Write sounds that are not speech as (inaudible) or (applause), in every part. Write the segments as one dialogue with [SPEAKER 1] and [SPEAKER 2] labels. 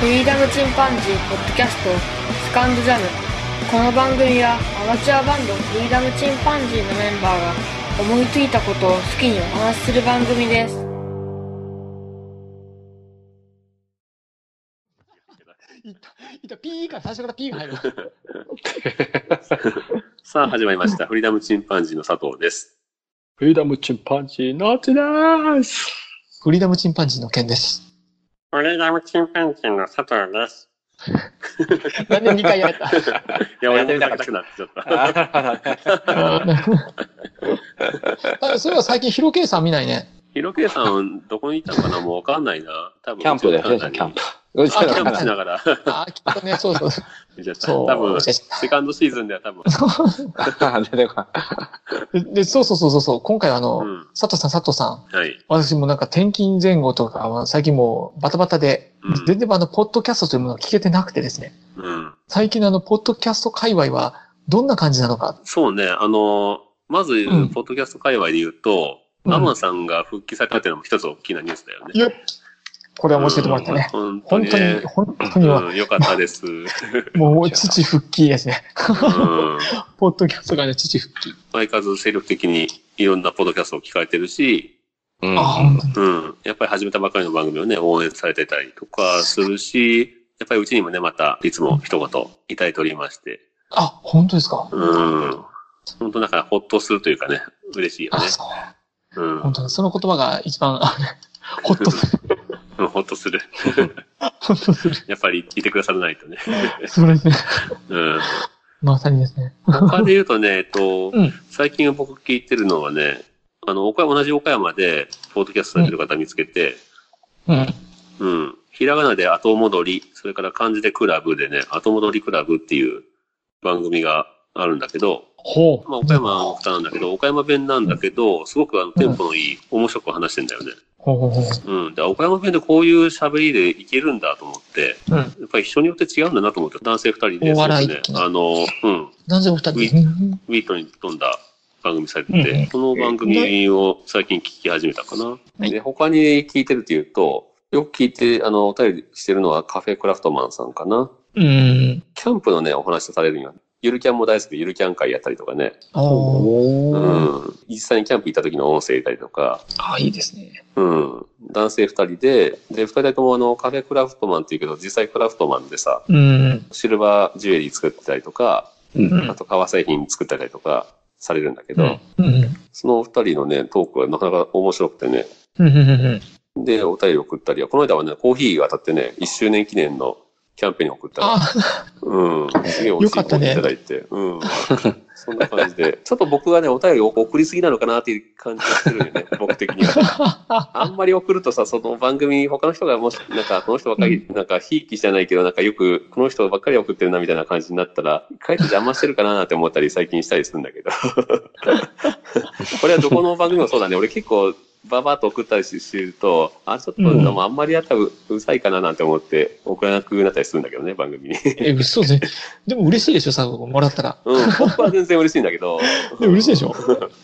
[SPEAKER 1] フリーダムチンパンジーポッドキャストスカンドジャムこの番組はアマチュアバンドフリーダムチンパンジーのメンバーが思いついたことを好きにお話しする番組です
[SPEAKER 2] いた、いた、ピーから最初からピーが入る。
[SPEAKER 3] さあ始まりました。フリーダムチンパンジーの佐藤です。
[SPEAKER 4] フリーダムチンパンジーのあっちでーす。
[SPEAKER 2] フリーダムチンパンジーの件です。
[SPEAKER 3] フリーダムチンパンジーの佐藤です。
[SPEAKER 2] なんで2回やった
[SPEAKER 3] いや、俺も高くなっちゃった。
[SPEAKER 2] (laughs) あそういえば最近ヒロケイさん見ない
[SPEAKER 3] (laughs)
[SPEAKER 2] ね。
[SPEAKER 3] ヒロケイさん、どこにいたのかなもうわかんないな。多分
[SPEAKER 5] キャンプだよね、じゃあキャンプ。うち
[SPEAKER 3] あ、キ
[SPEAKER 5] ら
[SPEAKER 3] ャ
[SPEAKER 5] の
[SPEAKER 3] ンプしながら。
[SPEAKER 2] あーきっとね、そうそう。
[SPEAKER 3] じゃあ
[SPEAKER 2] そう。
[SPEAKER 3] (laughs) 多分、
[SPEAKER 2] で
[SPEAKER 3] セカンドシーズンでは多分。
[SPEAKER 5] 出てこない
[SPEAKER 2] でそうそうそうそうそう。今回あの、
[SPEAKER 3] うん
[SPEAKER 2] 佐藤さん、佐藤さん。
[SPEAKER 3] はい。
[SPEAKER 2] 私もなんか転勤前後とかは、最近もうバタバタで、
[SPEAKER 3] うん
[SPEAKER 2] 全然あの、ポッドキャストというものが聞けてなくてですね。
[SPEAKER 3] うん。
[SPEAKER 2] 最近のあの、ポッドキャスト界隈は、どんな感じなのか。
[SPEAKER 3] そうね、あの、まず
[SPEAKER 2] ん、
[SPEAKER 3] ポッドキャスト界隈で言う
[SPEAKER 2] う
[SPEAKER 3] と、
[SPEAKER 2] ん
[SPEAKER 3] アマンさんが復帰されたっていうのも一つ大きなニュースだよね。
[SPEAKER 2] よっこれは教えてもらったね。
[SPEAKER 3] うん本
[SPEAKER 2] 本
[SPEAKER 3] 当に
[SPEAKER 2] 当
[SPEAKER 3] ね
[SPEAKER 2] に、。本当には、
[SPEAKER 3] うんよかっ
[SPEAKER 2] (laughs)
[SPEAKER 3] たです。うん
[SPEAKER 2] もう、父復帰ですね。 (laughs) ポッドキャストがね、父復帰。
[SPEAKER 3] 相変わらず精力的にいろんなポッドキャストを聞かれてるし、
[SPEAKER 5] うん
[SPEAKER 2] あー、本当に。
[SPEAKER 3] うん。やっぱり始めたばかりの番組をね、応援されてたりとかするし、やっぱりうちにもね、またいつも一言いただいておりまして、
[SPEAKER 2] あ、本当ですか。
[SPEAKER 3] うん。本当だからほっとするというかね、嬉しいよ
[SPEAKER 2] あ、
[SPEAKER 3] ね。
[SPEAKER 2] そう。
[SPEAKER 3] うん
[SPEAKER 2] 本当に、その言葉が一番、 (laughs) あのほっとする。
[SPEAKER 3] うん。ほっとする。 (laughs)
[SPEAKER 2] ほっとする。
[SPEAKER 3] やっぱり聞いてくださらないとね。
[SPEAKER 2] そうですね。
[SPEAKER 3] うん。
[SPEAKER 2] まさにですね。
[SPEAKER 3] 他で言うとね、えっと、
[SPEAKER 2] うん
[SPEAKER 3] 最近僕聞いてるのはね、あの、岡山同じ岡山で、ポッドキャストされてる方見つけて、
[SPEAKER 2] うん。
[SPEAKER 3] うん。ひらがなで後戻り、それから漢字でクラブでね、後戻りクラブっていう番組があるんだけど、
[SPEAKER 2] ほ
[SPEAKER 3] まあ、岡山の方なんだけど、岡山弁なんだけど、すごくあの、テンポのいい、面白く話してんだよね。
[SPEAKER 2] ほうほうほう。
[SPEAKER 3] うん。で、岡山弁でこういう喋りでいけるんだと思って、
[SPEAKER 2] うん。
[SPEAKER 3] やっぱり人によって違うんだなと思って、男性二人で、
[SPEAKER 2] お笑い
[SPEAKER 3] そうですね、あの、うん、
[SPEAKER 2] 男性お二人で。うん
[SPEAKER 3] ウィートに飛んだ番組されて
[SPEAKER 2] うんう
[SPEAKER 3] て、
[SPEAKER 2] ん
[SPEAKER 3] この番組を最近聞き始めたかな。
[SPEAKER 2] い
[SPEAKER 3] で、他に聞いてるっていうと、よく聞いて、あの、お便りしてるのはカフェクラフトマンさんかな。
[SPEAKER 2] うん。
[SPEAKER 3] キャンプのね、お話をされるには、ゆるキャンも大好きで、ゆるキャン会やったりとかね。
[SPEAKER 2] おー。
[SPEAKER 3] うん。実際にキャンプ行った時の音声入れたりとか、
[SPEAKER 2] あ、いいですね。
[SPEAKER 3] うん。男性二人で、で、二人ともあの、カフェクラフトマンっていうけど、実際クラフトマンでさ、
[SPEAKER 2] うん。
[SPEAKER 3] シルバージュエリー作ってたりとか、
[SPEAKER 2] う
[SPEAKER 3] あ
[SPEAKER 2] ん。
[SPEAKER 3] と革製品作ったりとかされるんだけど、
[SPEAKER 2] うん。
[SPEAKER 3] そのお二人のね、トークがなかなか面白くてね。
[SPEAKER 2] うん。うん。
[SPEAKER 3] で、お便り送ったりは、この間はね、コーヒーが当たってね、1周年記念のキャンペーンに送ったら、
[SPEAKER 2] あ、
[SPEAKER 3] うん、すげえ美味
[SPEAKER 2] よ
[SPEAKER 3] しい
[SPEAKER 2] か
[SPEAKER 3] も
[SPEAKER 2] っ
[SPEAKER 3] の
[SPEAKER 2] た
[SPEAKER 3] をい
[SPEAKER 2] ね
[SPEAKER 3] ただいて、
[SPEAKER 2] (laughs)
[SPEAKER 3] うん。そんな感じで。ちょっと僕がね、お便りを送りすぎなのかなっていう感じがしてるよね、僕的には。あんまり送るとさ、その番組、他の人がもし、なんか、この人ばっかり、なんか、ひいきじゃないけど、なんかよく、この人ばっかり送ってるな、みたいな感じになったら、かえって邪魔してるかなって思ったり、最近したりするんだ
[SPEAKER 2] (laughs)
[SPEAKER 3] けど。これはどこの番組もそうだね。俺結構、ババッと送ったりすると、あ、ちょっと、
[SPEAKER 2] うん
[SPEAKER 3] あんまりやったらううざいかななんて思って、送らなくなったりするんだけどね、番組に。
[SPEAKER 2] え、嘘ですね。でも嬉しいでしょ、最後、もらったら。。
[SPEAKER 3] うん、僕は全然嬉しいんだけど
[SPEAKER 2] で嬉しいでしょ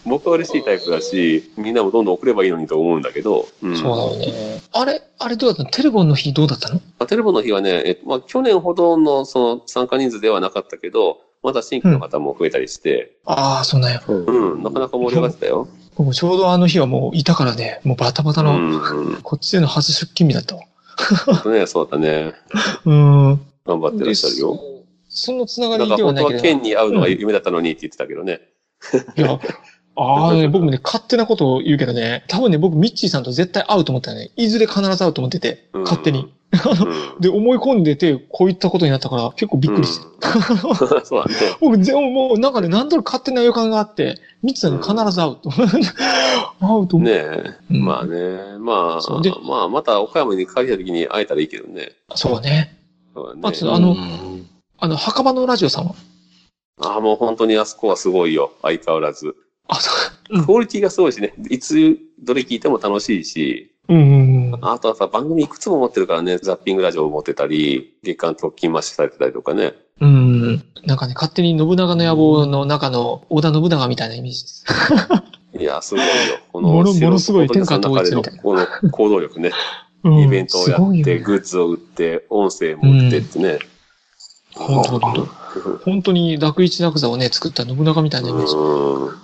[SPEAKER 3] 僕は嬉しいタイプだし、みんなもどんどん送ればいいのにと思うんだけど。うん、
[SPEAKER 2] そうだよね。あれ、あれどうだったのテレフォンの日どうだったの
[SPEAKER 3] まあテレボの日はね、えっとまあ、去年ほどのその参加人数ではなかったけど、また新規の方も増えたりして、
[SPEAKER 2] ああ、そうなんや。
[SPEAKER 3] うん、なかなか盛り上がってたよ。
[SPEAKER 2] 僕ちょうどあの日はもういたからね、もうバタバタ
[SPEAKER 3] う
[SPEAKER 2] の、
[SPEAKER 3] ん、うん。
[SPEAKER 2] こっちへの初出勤日だったわ。
[SPEAKER 3] ほんとね、そうだね。
[SPEAKER 2] うん。
[SPEAKER 3] 頑張ってらっしゃるよ。
[SPEAKER 2] で。そそのつなが
[SPEAKER 3] な
[SPEAKER 2] り
[SPEAKER 3] んか
[SPEAKER 2] では
[SPEAKER 3] 本
[SPEAKER 2] な
[SPEAKER 3] 当
[SPEAKER 2] い
[SPEAKER 3] は
[SPEAKER 2] けど。い
[SPEAKER 3] 県に会うのが夢だったのにって言ってたけどね。
[SPEAKER 2] や、ああ、ね、僕もね、勝手なことを言うけどね、多分ね、僕、ミッチーさんと絶対会うと思ったよね。いずれ必ず会うと思ってて、
[SPEAKER 3] うん
[SPEAKER 2] 勝手に。
[SPEAKER 3] うん
[SPEAKER 2] で、思い込んでて、こういったことになったから、結構びっくりして。 (laughs)
[SPEAKER 3] うんそうだね。
[SPEAKER 2] 僕、ぜもう、なんかね、なんとなく勝手な予感があって、ミッチーさんに必ず (laughs) 会うと。会うと思う。
[SPEAKER 3] ねえ。
[SPEAKER 2] うん
[SPEAKER 3] まあね。ま
[SPEAKER 2] そうで
[SPEAKER 3] あ、まあ、また岡山に帰った時に会えたらいいけどね。
[SPEAKER 2] そうね。
[SPEAKER 3] そうだね
[SPEAKER 2] あとあの
[SPEAKER 5] うん
[SPEAKER 2] あの、墓場のラジオさんは。
[SPEAKER 3] ああ、もう本当にあそこはすごいよ。相変わらず。
[SPEAKER 2] あ、そう。 (laughs)
[SPEAKER 3] クオリティがすごいしね。いつ、どれ聞いても楽しいし。
[SPEAKER 2] うんうんうん。
[SPEAKER 3] あとはさ、番組いくつも持ってるからね。ザッピングラジオも持ってたり、月刊特勤マッシュされてたりとかね。
[SPEAKER 2] うん。なんかね、勝手に信長の野望の中の織田信長みたいなイメージです。
[SPEAKER 3] いや、すごいよ。こ
[SPEAKER 2] もの
[SPEAKER 3] の素人
[SPEAKER 2] ものすごい
[SPEAKER 3] ポッドキャストの中での
[SPEAKER 2] 天下統一
[SPEAKER 3] この行動力ね。
[SPEAKER 2] (laughs) うん
[SPEAKER 3] イベントをやっ
[SPEAKER 2] すごい
[SPEAKER 3] て、
[SPEAKER 2] よね
[SPEAKER 3] グッズを売って、音声も売ってってね。
[SPEAKER 2] 本当本当本当に楽一楽座をね、作った信長みたいなイメージ。
[SPEAKER 3] うん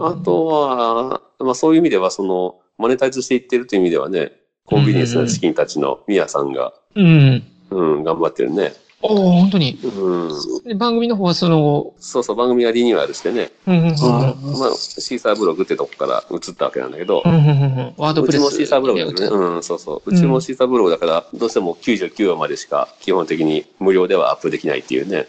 [SPEAKER 3] あとは、まあそういう意味では、その、マネタイズしていってるという意味ではね、コンビニエンスなチキンたちのミヤさんが、
[SPEAKER 2] うん。
[SPEAKER 3] うん、頑張ってるね。
[SPEAKER 2] おお本当に。
[SPEAKER 3] うん。
[SPEAKER 2] で番組の方はその、
[SPEAKER 3] そうそう、番組がリニューアルしてね、
[SPEAKER 2] うんうんうんうん
[SPEAKER 3] まあ、シーサーブログってとこから移ったわけなんだけど
[SPEAKER 2] う、んうんうんうんワード
[SPEAKER 3] う
[SPEAKER 2] プレ
[SPEAKER 3] ち
[SPEAKER 2] ス。
[SPEAKER 3] もシーサーブログだからね。うん、そうそう。うちもシーサーブログだから、どうしても99話までしか基本的に無料ではアップできないっていうね、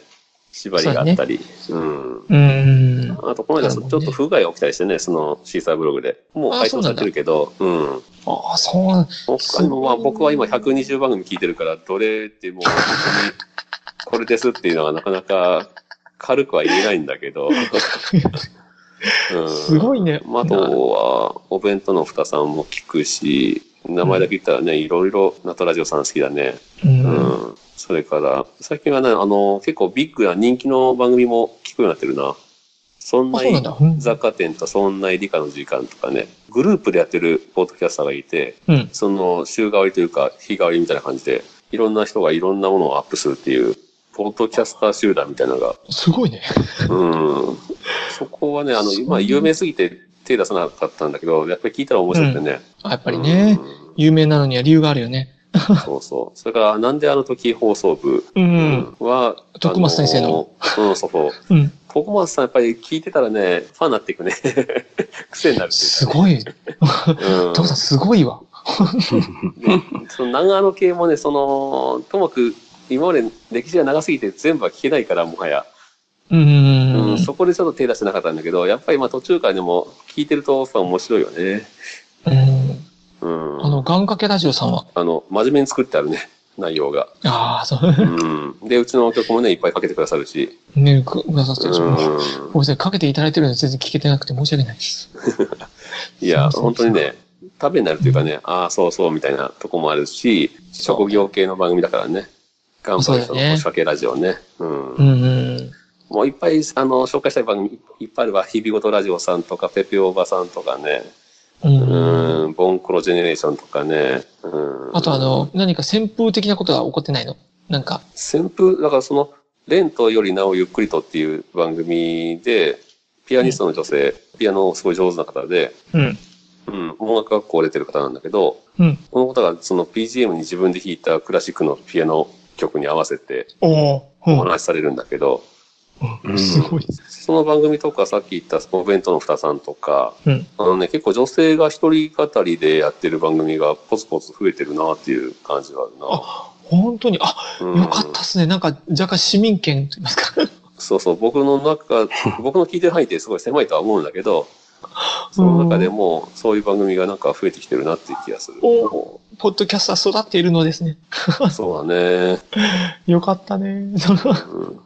[SPEAKER 3] 縛りがあったり。うん。
[SPEAKER 2] うん。
[SPEAKER 3] あと、この間、
[SPEAKER 2] な
[SPEAKER 3] ち
[SPEAKER 2] る
[SPEAKER 3] ょ
[SPEAKER 2] ほ
[SPEAKER 3] っ
[SPEAKER 2] どね
[SPEAKER 3] と不具合が起きたりしてね、そのシーサーブログで。もう
[SPEAKER 2] あ
[SPEAKER 3] 配信されてるけど、うん。
[SPEAKER 2] ああ、そうなん
[SPEAKER 3] 他にも、まあ
[SPEAKER 2] そう
[SPEAKER 3] 僕は今120番組聞いてるから、どれってもう、本 (laughs) 当に、これですっていうのはなかなか軽くは言えないんだ
[SPEAKER 2] (laughs)
[SPEAKER 3] けど。うん
[SPEAKER 2] すごいね。
[SPEAKER 3] まあ、あとは、お弁当のふたさんも聞くし、名前だけ言ったらね、いろいろナトラジオさん好きだね。
[SPEAKER 2] うん
[SPEAKER 3] うん。それから、最近はね、あの、結構ビッグな人気の番組も聞くようになってるな。そん
[SPEAKER 2] あ
[SPEAKER 3] な
[SPEAKER 2] そうなんだ。うん
[SPEAKER 3] 雑貨店とそんな理科の時間とかね、グループでやってるポッドキャスターがいて、
[SPEAKER 2] うん。
[SPEAKER 3] その週替わりというか、日替わりみたいな感じで、いろんな人がいろんなものをアップするっていう、ポッドキャスター集団みたいなのが
[SPEAKER 2] すごいね。
[SPEAKER 3] うんそこはね、あの、
[SPEAKER 2] そう
[SPEAKER 3] 今、有名すぎて手出さなかったんだけど、やっぱり聞いたら面白くてね。やっ
[SPEAKER 2] あやっぱりね、。有名なのには理由があるよね。
[SPEAKER 3] そうそう。それから、なんであの時放送部
[SPEAKER 2] うん。
[SPEAKER 3] は、
[SPEAKER 2] 徳松先生の
[SPEAKER 3] あの。うん、そうそう。
[SPEAKER 2] うん。
[SPEAKER 3] 徳松さんやっぱり聞いてたらね、ファンになっていくね。 (laughs) 癖になる
[SPEAKER 2] すごい。
[SPEAKER 3] っていうか。うん
[SPEAKER 2] トムさん、すごいわ。
[SPEAKER 3] その長野系もね、その、ともく、今まで歴史が長すぎて全部は聞けないから、もはや。
[SPEAKER 2] うんうんうん
[SPEAKER 3] う
[SPEAKER 2] うん
[SPEAKER 3] ん、そこでちょっと手出してなかったんだけど、やっぱりまあ途中からでも聞いてると、やっぱ面白いよね。
[SPEAKER 2] うん。
[SPEAKER 3] うん。
[SPEAKER 2] あの、願掛けラジオさんは。
[SPEAKER 3] あの、真面目に作ってあるね、 (laughs) 内容が。
[SPEAKER 2] ああ、そう。
[SPEAKER 3] うん。で、うちの曲もね、いっぱいかけてくださるし。
[SPEAKER 2] ね、くくださってるでしょ。
[SPEAKER 3] うん。
[SPEAKER 2] ごめんなさい、かけていただいてるのに全然聞けてなくて申し訳ないです。
[SPEAKER 3] い
[SPEAKER 2] そ
[SPEAKER 3] や、
[SPEAKER 2] うそう
[SPEAKER 3] 本当にね、食べになるというかね、ああ、そうそうみたいなとこもあるし、職業系の番組だからね。頑張る人
[SPEAKER 2] そう
[SPEAKER 3] の
[SPEAKER 2] だね
[SPEAKER 3] 腰掛けラジオね。う。
[SPEAKER 2] うんんうん。
[SPEAKER 3] もういっぱい、あの、紹介したい番組いっぱいあれば、日々ごとラジオさんとか、ペペオーバさんとかね、
[SPEAKER 2] うん。
[SPEAKER 3] うん、ボンクロジェネレーションとかね、うん。
[SPEAKER 2] あとあ、の、何か旋風的なことが起こってないのなんか。
[SPEAKER 3] 旋風、だからその、レントよりなおゆっくりとっていう番組で、ピアニストの女性、ピアノをすごい上手な方で、
[SPEAKER 2] うん。
[SPEAKER 3] うん、音楽学校出てる方なんだけど、
[SPEAKER 2] うん。
[SPEAKER 3] この方がその BGM に自分で弾いたクラシックのピアノ曲に合わせて
[SPEAKER 2] おお。
[SPEAKER 3] お話しされるんだけど、
[SPEAKER 2] うんすごい。
[SPEAKER 3] その番組とかさっき言ったお弁当のふたさんとか、
[SPEAKER 2] うん
[SPEAKER 3] あのね、結構女性が一人語りでやってる番組がポツポツ増えてるなっていう感じがあ
[SPEAKER 2] 本当に、あ、
[SPEAKER 3] るな。うん
[SPEAKER 2] よかったっすね。なんか、若干市民権と言いますか。
[SPEAKER 3] そうそう、僕の
[SPEAKER 2] (laughs)
[SPEAKER 3] 中、僕の聞いてる範囲ってすごい狭いとは思うんだけど、その中でもそういう番組がなんか増えてきてるなっていう気がする。
[SPEAKER 2] おポッドキャスター育っているのですね。
[SPEAKER 3] そうだね。
[SPEAKER 2] よかったね。その
[SPEAKER 3] うん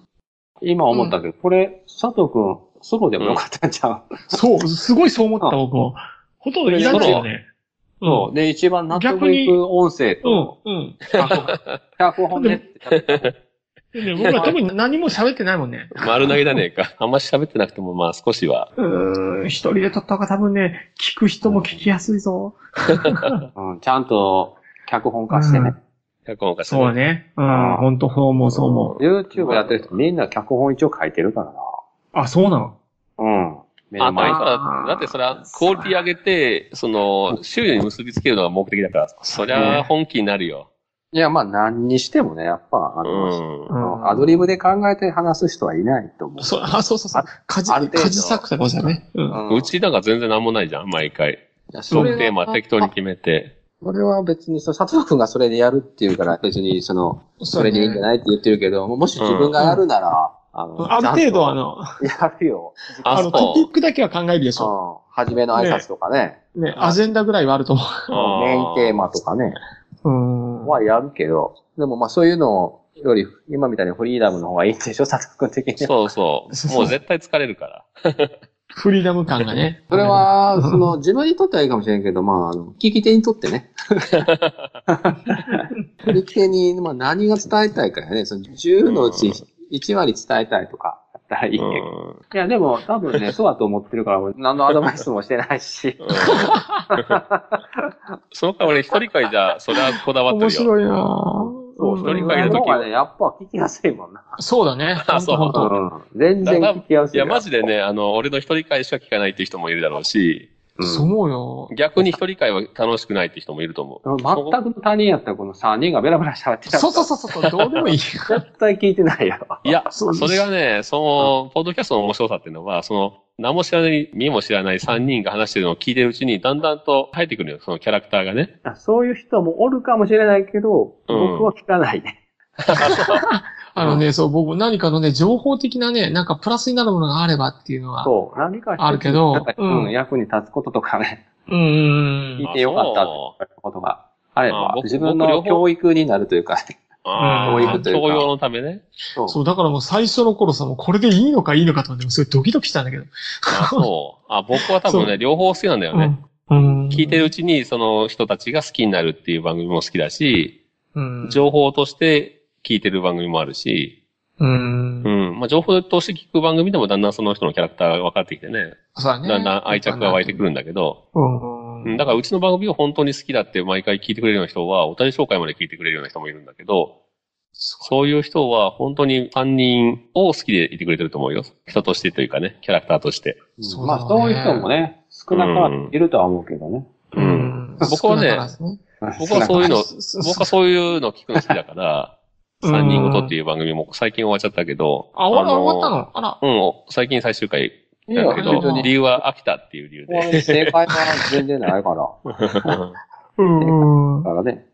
[SPEAKER 5] 今思ったけど、これ、佐藤くん、ソロでもよかったんちゃう、
[SPEAKER 2] そう、すごいそう思った僕も。ほとんどいらないよね。
[SPEAKER 5] そうう。で、一番納得
[SPEAKER 2] 逆
[SPEAKER 5] い
[SPEAKER 2] に
[SPEAKER 5] く音
[SPEAKER 2] ん。
[SPEAKER 5] 声
[SPEAKER 2] う
[SPEAKER 5] と、
[SPEAKER 2] ん。
[SPEAKER 3] (laughs)
[SPEAKER 2] うん。
[SPEAKER 5] 脚本ね。
[SPEAKER 2] で僕ら特に何も喋ってないもんね。
[SPEAKER 3] 丸投げだねえか。あんまし喋ってなくても、まあ少しは。
[SPEAKER 2] うん。一人で撮った方が多分ね、聞く人も聞きやすいぞ。
[SPEAKER 5] うん、ちゃんと、脚本化してね。
[SPEAKER 3] 脚本化してね
[SPEAKER 2] そうね。うん。本当そう思う、そう思う。
[SPEAKER 5] YouTube やってる人、みんな脚本一応書いてるからな。
[SPEAKER 2] あ、そうなの
[SPEAKER 5] うん。目
[SPEAKER 3] あとは
[SPEAKER 5] の前に。
[SPEAKER 3] さ、だってそれはクオリティ上げて、その、収入に結びつけるのが目的だから、そりゃ本気になるよ。
[SPEAKER 5] いや、まあ、何にしてもね、やっぱ、あ
[SPEAKER 3] う
[SPEAKER 5] の、
[SPEAKER 3] ん。
[SPEAKER 2] うん
[SPEAKER 5] アドリブで考えて話す人はいないと思う。
[SPEAKER 2] そう、あ、そうそうそう。カジ、
[SPEAKER 5] ある程度
[SPEAKER 2] カジサックだかもしれないね。うん。
[SPEAKER 5] ん
[SPEAKER 3] うちなんか全然なんもないじゃん、毎回。
[SPEAKER 5] いやそ
[SPEAKER 3] ト
[SPEAKER 5] れ
[SPEAKER 3] ーク
[SPEAKER 5] は
[SPEAKER 3] テーマ適当に決めて。
[SPEAKER 5] それは別に、その佐藤くんがそれでやるっていうから、別に、その、それでいいんじゃ
[SPEAKER 2] ない
[SPEAKER 5] ないって言ってるけど、もし自分がやるなら、あの、
[SPEAKER 2] ある程度あ
[SPEAKER 5] の、
[SPEAKER 2] の、
[SPEAKER 5] やるよ。
[SPEAKER 2] あ
[SPEAKER 3] あ、
[SPEAKER 2] の、トピ
[SPEAKER 3] そ
[SPEAKER 2] ックだけは考えるでしょ。
[SPEAKER 5] うん。初めの挨拶とかね、
[SPEAKER 2] ね、アジェンダぐらいはあると思
[SPEAKER 3] う。
[SPEAKER 5] メインテー
[SPEAKER 3] マ。
[SPEAKER 5] マとかね、
[SPEAKER 2] う。うん。
[SPEAKER 5] はやるけど、でもまあそういうのより、今みたいにフリーダムの方がいいんでしょ、佐藤くん的には。
[SPEAKER 3] そ
[SPEAKER 2] (laughs)
[SPEAKER 3] うそう。もう絶対疲れるから。
[SPEAKER 2] フリーダム感がね。
[SPEAKER 5] それは、その、自分にとってはいいかもしれんけど、まあ、あの、聞き手にとって (laughs) ね。聞き手に、まあ、何が伝えたいかやね。その、10のうち1割伝えたいとか、やっったらいい。
[SPEAKER 3] うん
[SPEAKER 5] いや、でも多分ね、そうだと思ってるから、何のアドバイスもしてないし。
[SPEAKER 3] うんその代わり一人会じゃ、それはこだわって
[SPEAKER 2] 面
[SPEAKER 3] る
[SPEAKER 2] 白
[SPEAKER 3] よ。
[SPEAKER 2] いな
[SPEAKER 3] そう一人会の時
[SPEAKER 5] の方がね、やっぱ聞きやすいもんな。
[SPEAKER 2] そうだね。
[SPEAKER 3] あそう
[SPEAKER 2] ほんとほんと
[SPEAKER 5] うん全然聞きやす
[SPEAKER 3] い
[SPEAKER 5] い。
[SPEAKER 3] や、マジで。ね、あの、俺の一人会しか聞かないっていう人もいるだろうし、
[SPEAKER 5] うん
[SPEAKER 2] そうよ。
[SPEAKER 3] 逆に一人会は楽しくないって人もいると思う。
[SPEAKER 5] 全く他人やったらこの3人がベラベラ喋ってたら
[SPEAKER 2] (laughs) そうそうそうそう、どうでもいい。
[SPEAKER 5] 絶対聞いてないやろ。
[SPEAKER 3] い
[SPEAKER 5] (laughs)
[SPEAKER 3] や、
[SPEAKER 2] そ
[SPEAKER 3] そうれがね、その、ポッドキャストの面白さっていうのは、その、何も知らない、身も知らない3人が話してるのを聞いてるうちに、だんだんと入ってくるよ、そのキャラクターがね。
[SPEAKER 5] あそういう人もおるかもしれないけど、
[SPEAKER 3] うん
[SPEAKER 5] 僕は聞かないね。
[SPEAKER 2] (laughs) あのね、そう、僕何かのね、情報的なね、なんかプラスになるものがあればっていうのは。
[SPEAKER 5] そう。何か一つ
[SPEAKER 2] あるけど
[SPEAKER 5] なんか
[SPEAKER 2] うん
[SPEAKER 5] うん、役に立つこととかね、
[SPEAKER 2] うんうんうん
[SPEAKER 5] 聞いてよかった
[SPEAKER 3] あ
[SPEAKER 5] って
[SPEAKER 3] そ
[SPEAKER 5] ことがあれ
[SPEAKER 3] あ
[SPEAKER 5] ば、
[SPEAKER 3] 僕
[SPEAKER 5] 自分
[SPEAKER 3] 僕両
[SPEAKER 5] の
[SPEAKER 3] 方
[SPEAKER 5] 教育になるというか、
[SPEAKER 3] う。あ
[SPEAKER 5] 教
[SPEAKER 3] あ、
[SPEAKER 5] 育というか
[SPEAKER 3] 教養のためね。
[SPEAKER 5] そう。
[SPEAKER 2] そう、だからもう最初の頃さ、もうこれでいいのかいいのかと思って、すごいドキドキしたんだけど。
[SPEAKER 3] あそう。あ、僕は多分
[SPEAKER 2] そ
[SPEAKER 3] ね、両方好きなんだよね。
[SPEAKER 2] うん。
[SPEAKER 3] 聞いて
[SPEAKER 2] る。
[SPEAKER 3] るうちに、その人たちが好きになるっていう番組も好きだし、
[SPEAKER 2] うん。
[SPEAKER 3] 情報として聞いてる番組もあるし、
[SPEAKER 2] うん
[SPEAKER 3] う。ん。まあ、情報として聞く番組でもだんだんその人のキャラクターが分かってきてね、
[SPEAKER 2] そうだね。
[SPEAKER 3] だんだん愛着が湧いてくるんだけど、
[SPEAKER 2] うん。
[SPEAKER 3] うんだからうちの番組を本当に好きだって毎回聞いてくれるような人は、お便り紹介まで聞いてくれるような人もいるんだけど、そういう人は本当に3人を好きでいてくれてると思うよ。人としてというかね、キャラクターとして。
[SPEAKER 5] うん
[SPEAKER 2] そうだ
[SPEAKER 5] ま
[SPEAKER 2] ね
[SPEAKER 5] あ、そういう人もね、少なからずいるとは思うけどね。
[SPEAKER 2] う。
[SPEAKER 3] うん僕は
[SPEAKER 2] 少な
[SPEAKER 3] ね
[SPEAKER 2] からずね、
[SPEAKER 3] 僕はそういうの、僕は
[SPEAKER 2] 僕
[SPEAKER 3] そういうの聞くの好きだから、
[SPEAKER 2] うん
[SPEAKER 3] 3人ごとっていう番組も最近終わっちゃったけど、
[SPEAKER 2] あ、終わった
[SPEAKER 3] の
[SPEAKER 2] 終わったのあら。
[SPEAKER 3] うん、最近最終回
[SPEAKER 5] いや
[SPEAKER 3] だけ
[SPEAKER 2] いいよ別
[SPEAKER 3] ど、
[SPEAKER 2] に
[SPEAKER 3] 理由は飽きたっていう理由で。
[SPEAKER 5] (laughs) 正解は全然ないから。
[SPEAKER 2] うん
[SPEAKER 5] だ。からね。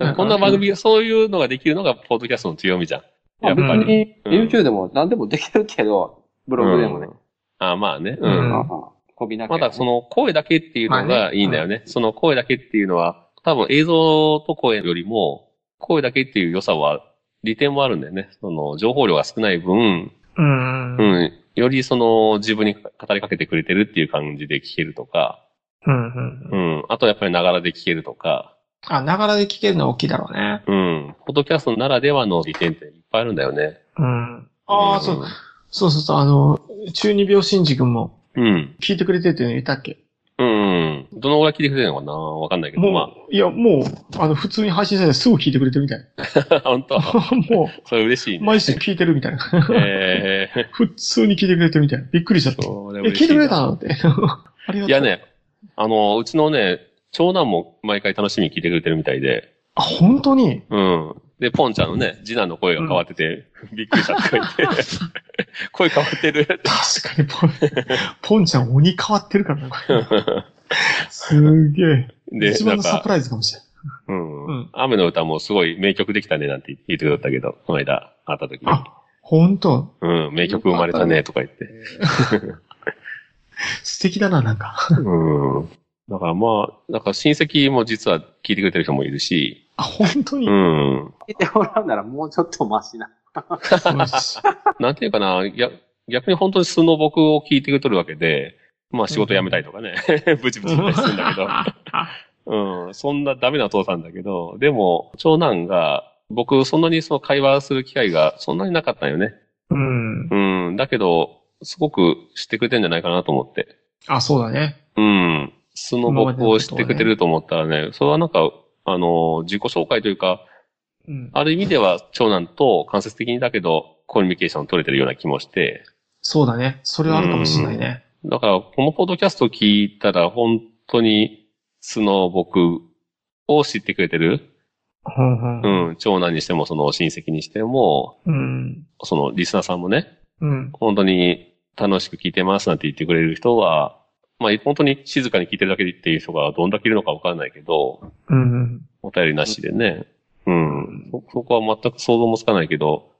[SPEAKER 2] うん
[SPEAKER 3] こんな番組、そういうのができるのが、ポッドキャストの強みじゃん。
[SPEAKER 5] ま
[SPEAKER 3] や
[SPEAKER 5] あ
[SPEAKER 3] っぱ
[SPEAKER 5] 別
[SPEAKER 3] り。
[SPEAKER 5] に、
[SPEAKER 3] うん
[SPEAKER 5] YouTube でも何でもできるけど、ブログでもね。
[SPEAKER 3] あまあね。う
[SPEAKER 2] うん
[SPEAKER 3] ん。
[SPEAKER 5] まあまあこびなきゃ
[SPEAKER 3] ま
[SPEAKER 5] ね
[SPEAKER 3] だその声だけっていうの
[SPEAKER 2] まあ
[SPEAKER 3] が
[SPEAKER 2] ね
[SPEAKER 3] いいんだよね。その声だけっていうのは、多分映像と声よりも、声だけっていう良さは、利点もあるんだよね。その、情報量が少ない分、
[SPEAKER 2] うん。う
[SPEAKER 3] う
[SPEAKER 2] ん。
[SPEAKER 3] ん、よりその、自分に語りかけてくれてるっていう感じで聞けるとか、
[SPEAKER 2] うん。
[SPEAKER 3] うん、あとやっぱりながらで聞けるとか、
[SPEAKER 2] あ、ながらで聞けるのは大きいだろうね。
[SPEAKER 3] うん、ポッドキャストならではの利点っていっぱいあるんだよね。
[SPEAKER 2] うん。ああ、そ
[SPEAKER 3] ん
[SPEAKER 2] う、。そうそうそう、あの、中二病新君も
[SPEAKER 3] うん。
[SPEAKER 2] 聞いてくれてるって言ったっけ
[SPEAKER 3] うん。どのぐらい聞いてくれてるのかなわかんないけど、
[SPEAKER 2] もう、
[SPEAKER 3] ま
[SPEAKER 2] いや、もう、あの、普通に配信されてすぐ聞いてくれてるみたい。
[SPEAKER 3] あ、 (laughs) 本当
[SPEAKER 2] (laughs) も、
[SPEAKER 3] それ嬉しいうね。
[SPEAKER 2] 毎週聞いてるみたいな。
[SPEAKER 3] ええ
[SPEAKER 2] 普通に聞いてくれてるみたいな。びっくりしちゃった。
[SPEAKER 3] それ
[SPEAKER 2] え、聞いてくれたのって。 (laughs) ありがとう。
[SPEAKER 3] いや。ね、あの、うちのね、長男も毎回楽しみに聞いてくれてるみたいで、
[SPEAKER 2] あ、本当に
[SPEAKER 3] うん。で、ポンちゃんのね、次男の声が変わってて、 (laughs) びっくりしたって言って、
[SPEAKER 2] (laughs)
[SPEAKER 3] 声変わってる。
[SPEAKER 2] 確かにポン、
[SPEAKER 3] (laughs)
[SPEAKER 2] ポンちゃん鬼変わってるからな、これ。すげえ。
[SPEAKER 3] で、
[SPEAKER 2] 一
[SPEAKER 3] な
[SPEAKER 2] 番
[SPEAKER 3] ん
[SPEAKER 2] のサ
[SPEAKER 3] か
[SPEAKER 2] プ、ライズかもしれない。
[SPEAKER 3] うん、
[SPEAKER 2] うん
[SPEAKER 3] 雨の歌もすごい名曲できたねなんて言ってくださったけど、この間会った時に。
[SPEAKER 2] あ本当
[SPEAKER 3] うん、名曲生まれたねとか言って。
[SPEAKER 2] 素敵だな、なんか。
[SPEAKER 3] うん。だからまあ、だから親戚も実は聞いてくれてる人もいるし、
[SPEAKER 2] あ、本当に、 (laughs)
[SPEAKER 3] うん。
[SPEAKER 5] 聞いてもらうならもうちょっとマシな。
[SPEAKER 2] よ
[SPEAKER 3] (laughs)
[SPEAKER 2] し
[SPEAKER 3] なんていうかな、や逆に本当に素の僕を聞いてくれとるわけで、まあ仕事辞めたりとかね、ブチブチ言ったりするんだけど、うん、そんなダメなお父さんだけど、でも、長男が、僕そんなにその会話する機会がそんなになかったんよね。
[SPEAKER 2] うん。
[SPEAKER 3] うん、だけど、すごく知ってくれてんじゃないかなと思って。
[SPEAKER 2] あ、そうだね。
[SPEAKER 3] うん。素の僕を知ってくれてると思ったらね、それはなんか、あの、自己紹介というか、
[SPEAKER 2] うん。
[SPEAKER 3] ある意味では長男と間接的にだけど、コミュニケーション取れてるような気もして、
[SPEAKER 2] そうだね。それはあるかもしれないね。
[SPEAKER 3] だから、このポッドキャストを聞いたら、本当に素の僕を知ってくれてる、
[SPEAKER 2] うん。う。
[SPEAKER 3] うんん、長男にしても、その親戚にしても、
[SPEAKER 2] うん。
[SPEAKER 3] そのリスナーさんもね、
[SPEAKER 2] うん。
[SPEAKER 3] 本当に楽しく聞いてますなんて言ってくれる人は、まあ、本当に静かに聞いてるだけでっていう人がどんだけいるのかわかんないけど、
[SPEAKER 2] うん。
[SPEAKER 3] お便りなしでね、うん、そ、そこは全く想像もつかないけど、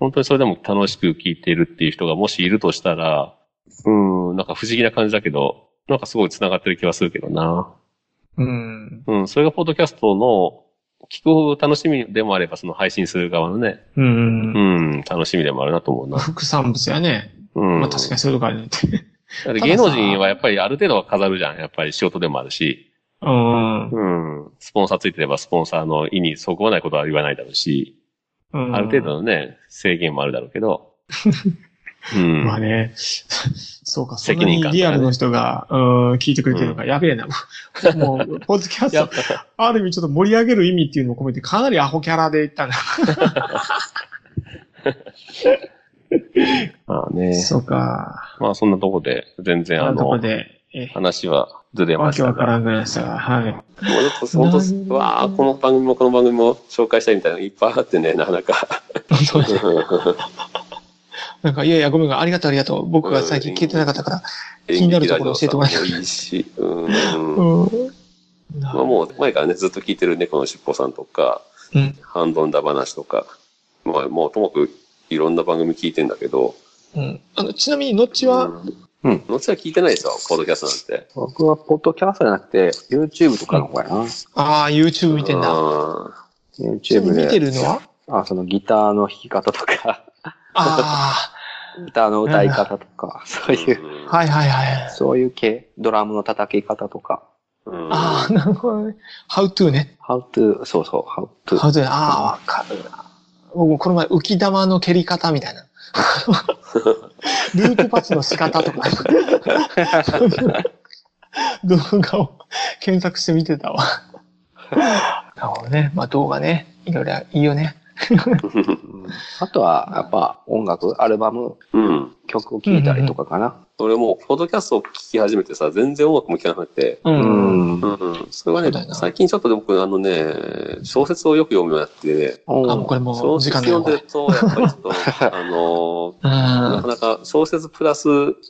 [SPEAKER 3] 本当にそれでも楽しく聞いているっていう人がもしいるとしたら、うん、なんか不思議な感じだけど、なんかすごい繋がってる気はするけどな。
[SPEAKER 2] うん。
[SPEAKER 3] うん、それがポッドキャストの、聞く楽しみでもあれば、その配信する側のね、
[SPEAKER 2] う。
[SPEAKER 3] うんん、楽しみでもあるなと思うな。
[SPEAKER 2] 副産物やね。
[SPEAKER 3] うん。
[SPEAKER 2] まあ確かに (laughs) そういうとこあるね。
[SPEAKER 3] だって芸能人はやっぱりある程度は飾るじゃん。やっぱり仕事でもあるし、
[SPEAKER 2] うん。
[SPEAKER 3] うん。スポンサーついてれば、スポンサーの意にそこはないことは言わないだろうし、
[SPEAKER 2] うん (laughs)
[SPEAKER 3] ある程度のね、制限もあるだろうけど、
[SPEAKER 4] うん。
[SPEAKER 2] まあね、 (laughs) そうか、そん
[SPEAKER 4] 責
[SPEAKER 2] な
[SPEAKER 4] 任
[SPEAKER 2] に
[SPEAKER 4] 感
[SPEAKER 2] リアルの人が、うん、聞いてくれてるのか、やべえな。もう、ポッドキャス
[SPEAKER 4] やっ
[SPEAKER 2] ト、ある意味ちょっと盛り上げる意味っていうのを込めて、かなりアホキャラでいったな。
[SPEAKER 4] まあね。
[SPEAKER 2] そうか、
[SPEAKER 4] まあそんなとこで、全然
[SPEAKER 2] あ
[SPEAKER 4] あ
[SPEAKER 2] のとこ
[SPEAKER 4] の、
[SPEAKER 2] で、え、
[SPEAKER 4] 話はずれま
[SPEAKER 2] わ
[SPEAKER 4] し
[SPEAKER 2] け
[SPEAKER 4] た
[SPEAKER 2] わか
[SPEAKER 4] が。
[SPEAKER 2] らんぐらいでしたが、はい。
[SPEAKER 3] もうちょっと本当す
[SPEAKER 2] な、るほど
[SPEAKER 3] わあ、この番組もこの番組も紹介したいみたいなのいっぱいあってね、なかなか。
[SPEAKER 2] (laughs) なんか、いやいや、ごめんが、ありがとうありがとう。僕が最近聞いてなかったから。気になるところ教えてもらえた
[SPEAKER 3] いいし、うん。ま
[SPEAKER 2] うん。
[SPEAKER 3] あもう前からね、ずっと聞いてる猫のしっぽさんとか、
[SPEAKER 2] うん。
[SPEAKER 3] ハンドンダ話とか、まあもうともくいろんな番組聞いてんだけど、
[SPEAKER 2] うん。あの、ちなみに、のっちは、
[SPEAKER 3] う
[SPEAKER 4] うんん。
[SPEAKER 3] のっちは聞いてないですよ、ポッドキャストなんて。
[SPEAKER 5] 僕はポッドキャストじゃなくて、YouTube とかの方やな。
[SPEAKER 2] ああ、YouTube 見てんだ。
[SPEAKER 3] だ。
[SPEAKER 2] ちなみ
[SPEAKER 5] YouTube
[SPEAKER 2] に見て
[SPEAKER 5] で、
[SPEAKER 2] るのは
[SPEAKER 5] あ、そのギターの弾き方とか、
[SPEAKER 2] あ
[SPEAKER 5] ギターの歌い方とか、そういう、
[SPEAKER 2] あ、はいはいはい。
[SPEAKER 5] そういう系、ドラムの叩き方とか、
[SPEAKER 3] うん。
[SPEAKER 2] ああ、なるほどね。How to ね。
[SPEAKER 5] how to, そうそう、how to.
[SPEAKER 2] How to ね。ああ、わかるな。僕もこの前、浮き玉の蹴り方みたいな。ループパスの仕方とか。動画を検索して見てたわ。なるほどね。まあ動画ね。いろいろいいよね。
[SPEAKER 5] うんあとは、やっぱ音楽、アルバム、
[SPEAKER 3] うん。
[SPEAKER 5] 曲を聴いたりとかかな。
[SPEAKER 3] 俺もうポッドキャストを聞き始めてさ、全然音楽も聞かなくて、
[SPEAKER 2] う。
[SPEAKER 5] うんん。
[SPEAKER 3] う
[SPEAKER 5] あ、
[SPEAKER 3] んうん。それは
[SPEAKER 2] そうだよ
[SPEAKER 3] ね、
[SPEAKER 2] な
[SPEAKER 3] 最近ちょっと僕、あのね、小説をよく読むようになって、
[SPEAKER 2] あ、もうこれも
[SPEAKER 3] 小
[SPEAKER 2] う時
[SPEAKER 3] 説
[SPEAKER 2] 間だよ。
[SPEAKER 3] 読ん
[SPEAKER 2] こ
[SPEAKER 3] で
[SPEAKER 2] れ
[SPEAKER 3] ると、やっぱりちょっと、
[SPEAKER 2] (laughs) う
[SPEAKER 3] あのー、なか
[SPEAKER 2] ん
[SPEAKER 3] なか小説プラス、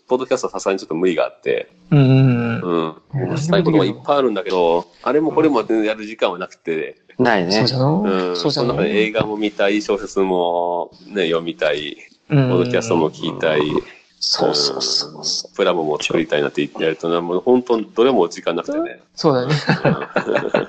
[SPEAKER 3] ポッドキャストはさすがにちょっと無理があって、
[SPEAKER 2] うん。うん。
[SPEAKER 3] うん。
[SPEAKER 2] 何でも
[SPEAKER 3] したいことがいっぱいあるんだけど、あれもこれもやる時間はなくて、
[SPEAKER 5] ない
[SPEAKER 2] そ
[SPEAKER 5] ね
[SPEAKER 2] うじ。ゃの
[SPEAKER 3] うん。
[SPEAKER 2] そうじゃ
[SPEAKER 3] その
[SPEAKER 2] の
[SPEAKER 3] 中で映画も見たい、小説もね、読みたい、
[SPEAKER 2] ポ
[SPEAKER 3] ポッドキャストも聞きたい、
[SPEAKER 2] そうそうそうそう。
[SPEAKER 3] プラモも作りたいなって言ってやるとな、もう本当どれも時間なくてね。
[SPEAKER 2] そうだ
[SPEAKER 3] (laughs)
[SPEAKER 2] よね。
[SPEAKER 3] うん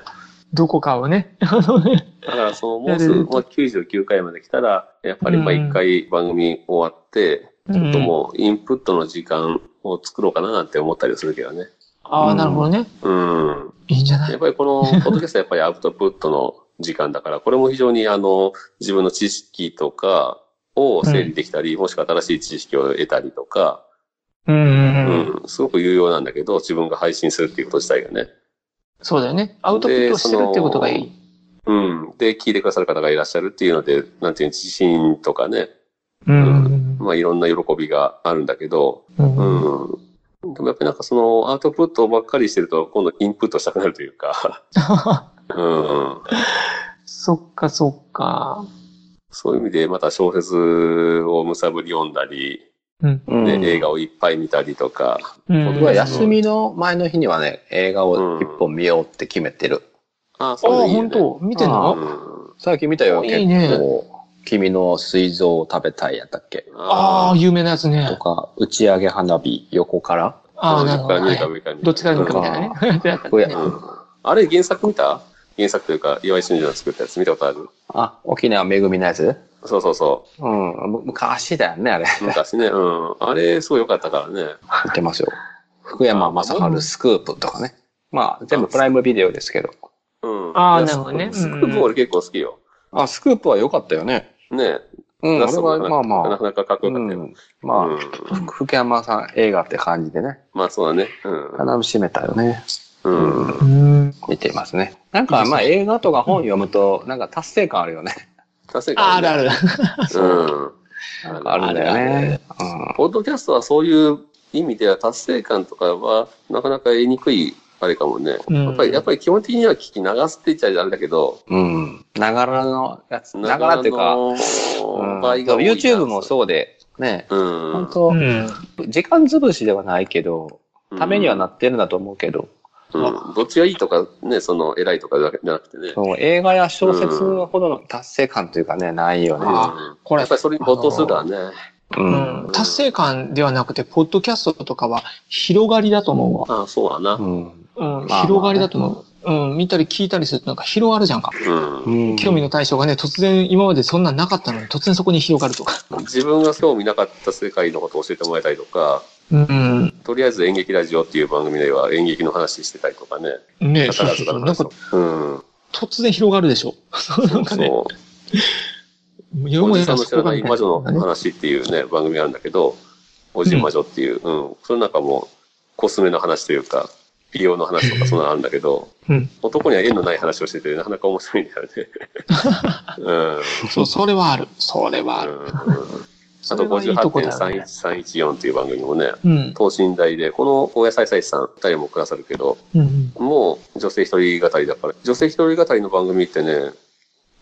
[SPEAKER 2] どこかをね。あのね
[SPEAKER 3] だから、その、もう
[SPEAKER 2] や
[SPEAKER 3] す
[SPEAKER 2] れ
[SPEAKER 3] ぐ、
[SPEAKER 2] ると
[SPEAKER 3] まあ、99回まで来たら、やっぱり
[SPEAKER 2] うん
[SPEAKER 3] 毎回番組終わって、
[SPEAKER 2] う
[SPEAKER 3] ちょっと
[SPEAKER 2] ん
[SPEAKER 3] もう、インプットの時間を作ろうかななんて思ったりするけどね。
[SPEAKER 2] ああ、なるほどね。
[SPEAKER 3] うん。
[SPEAKER 2] いいんじゃない
[SPEAKER 3] やっぱりこの、ポッドキャストはやっぱりアウトプットの時間だから、これも非常に、あの、自分の知識とかを整理できたり、もしくは新しい知識を得たりとか、
[SPEAKER 2] うんうん
[SPEAKER 3] う
[SPEAKER 2] うん。
[SPEAKER 3] ん、すごく有用なんだけど、自分が配信するっていうこと自体がね。
[SPEAKER 2] そうだよね。アウトプットしてるってことがいい。
[SPEAKER 3] うん。で、聞いてくださる方がいらっしゃるっていうので、なんていうの自信とかね、
[SPEAKER 2] うん
[SPEAKER 3] まあいろんな喜びがあるんだけど、
[SPEAKER 2] うんうん。
[SPEAKER 3] うん。でもやっぱりなんかそのアウトプットばっかりしてると、今度インプットしたくなるという
[SPEAKER 2] (laughs)
[SPEAKER 3] か、うん。
[SPEAKER 2] そっかそっか。
[SPEAKER 3] そういう意味でまた小説をむさぶり読んだり、
[SPEAKER 2] うん。
[SPEAKER 5] う
[SPEAKER 3] ね
[SPEAKER 5] ん。
[SPEAKER 3] 映画をいっぱい見たりとか、
[SPEAKER 2] うん
[SPEAKER 5] 僕は休みの前の日にはね、映画を一本見ようって決めてる。
[SPEAKER 3] ああ、
[SPEAKER 2] ああ、
[SPEAKER 3] そういうのいい
[SPEAKER 2] 本
[SPEAKER 3] よね。
[SPEAKER 2] 当見てんの
[SPEAKER 5] 最近見たよ、
[SPEAKER 2] お
[SPEAKER 5] 結構。
[SPEAKER 2] いいね
[SPEAKER 5] 君の水蔵を食べたいやったっけ
[SPEAKER 3] うん
[SPEAKER 2] あ
[SPEAKER 3] あ
[SPEAKER 2] あ、有名なやつ
[SPEAKER 5] と
[SPEAKER 2] ね。
[SPEAKER 5] か、打ち上げ花火横から
[SPEAKER 2] ああ、なるほど。
[SPEAKER 3] 上か
[SPEAKER 2] はい
[SPEAKER 3] ら見るか見るか見るか
[SPEAKER 2] どっちから見るかみたいなねやつ
[SPEAKER 5] こう
[SPEAKER 2] ね
[SPEAKER 5] や。
[SPEAKER 3] うんあれ原作見た原作というか、岩井俊二の作ったやつ見たことある
[SPEAKER 5] あ、沖縄めぐみのやつ
[SPEAKER 3] そうそうそ
[SPEAKER 5] うん、む昔だよね、あれ。
[SPEAKER 3] う。昔ね、うん。あれ、すごい良かったからね。
[SPEAKER 5] 見てますよ。福山雅治スクープとかね。まあ、全部プライムビデオですけど。
[SPEAKER 3] うん。
[SPEAKER 2] ああなるほどね
[SPEAKER 3] スクープも俺結構好きよ。
[SPEAKER 5] あ、スクープは良かったよね。
[SPEAKER 3] ね
[SPEAKER 5] うん、あれはまあま
[SPEAKER 3] な
[SPEAKER 5] あ
[SPEAKER 3] か。なかかっこよ
[SPEAKER 5] う
[SPEAKER 3] かったよ。
[SPEAKER 5] ん、まあ、
[SPEAKER 3] うん
[SPEAKER 5] ふ福山さん映画って感じでね。
[SPEAKER 3] まあそうだね。
[SPEAKER 5] 楽しめたよね。
[SPEAKER 3] うん。うん。
[SPEAKER 2] うん
[SPEAKER 5] 見ていますね。なんか、まあ映画とか本読むと、なんか達成感あるよね。
[SPEAKER 3] 達成感
[SPEAKER 2] ああるある。
[SPEAKER 3] うん。
[SPEAKER 5] なんかあるんだよね。うん
[SPEAKER 3] ポッドキャストはそういう意味では達成感とかはなかなか得にくいあれかもね。
[SPEAKER 2] うん
[SPEAKER 3] やっぱり、やっぱり基本的には聞き流すって言っちゃあれだけど、
[SPEAKER 5] うん。ながらのやつ、ながらっていうか、
[SPEAKER 3] の
[SPEAKER 5] うん
[SPEAKER 3] 場合が多いな
[SPEAKER 5] YouTube もそうで、ね、
[SPEAKER 3] う
[SPEAKER 5] 本
[SPEAKER 3] ん。
[SPEAKER 5] 当、
[SPEAKER 2] うん
[SPEAKER 5] 時間潰しではないけど、ためにはなってるんだと思うけど、
[SPEAKER 3] うんどっちがいいとか、ね、その、偉いとかじゃなくてね。
[SPEAKER 5] そう映画や小説ほどの達成感というかね、ないよね。
[SPEAKER 2] あ
[SPEAKER 3] うん
[SPEAKER 2] これ
[SPEAKER 3] やっぱりそれに没頭するからね。
[SPEAKER 5] う。
[SPEAKER 2] うんん達成感ではなくて、ポッドキャストとかは広がりだと思
[SPEAKER 3] ああ、そうだな。
[SPEAKER 5] うん。
[SPEAKER 2] うわ。うん、
[SPEAKER 5] まあ
[SPEAKER 2] 広がりだと思う。うん、見たり聞いたりするとなんか広がるじゃんか。
[SPEAKER 3] う
[SPEAKER 5] うん
[SPEAKER 2] 興味の対象がね、突然、今までそんなんなかったのに、突然そこに広がるとか。
[SPEAKER 3] ん。自分が興味なかった世界のことを教えてもらえたりとか、
[SPEAKER 2] うん。
[SPEAKER 3] とりあえず演劇ラジオっていう番組では演劇の話してたりとかね。
[SPEAKER 2] ね
[SPEAKER 3] 宝塚の
[SPEAKER 2] なん
[SPEAKER 3] 話
[SPEAKER 2] か
[SPEAKER 3] とか。うん。
[SPEAKER 2] (laughs) 突然広がるでしょ。そうなんかね。
[SPEAKER 3] そう
[SPEAKER 2] よ
[SPEAKER 3] お
[SPEAKER 2] も
[SPEAKER 3] じ
[SPEAKER 2] や
[SPEAKER 3] さんの知らない魔女の
[SPEAKER 2] ね
[SPEAKER 3] 話っていうね、番組あるんだけど、おじ魔女っていう、うん、それなんかもう、コスメの話というか、美容の話とかそんなのあるんだけど、
[SPEAKER 2] うん
[SPEAKER 3] 男には縁のない話をしてて、なかなか面白いんだよね。うん。
[SPEAKER 2] (laughs) そう、それはある。それはあ
[SPEAKER 3] う
[SPEAKER 2] る。
[SPEAKER 3] んあ
[SPEAKER 2] そ
[SPEAKER 3] と
[SPEAKER 2] れはいいとこだよね
[SPEAKER 3] 58.31314っていう番組もね、
[SPEAKER 2] うん。
[SPEAKER 3] 等身大で、この大家再々さん、二人もくださるけど、
[SPEAKER 2] うん。
[SPEAKER 3] もう女性一人語りだから、女性一人語りの番組ってね、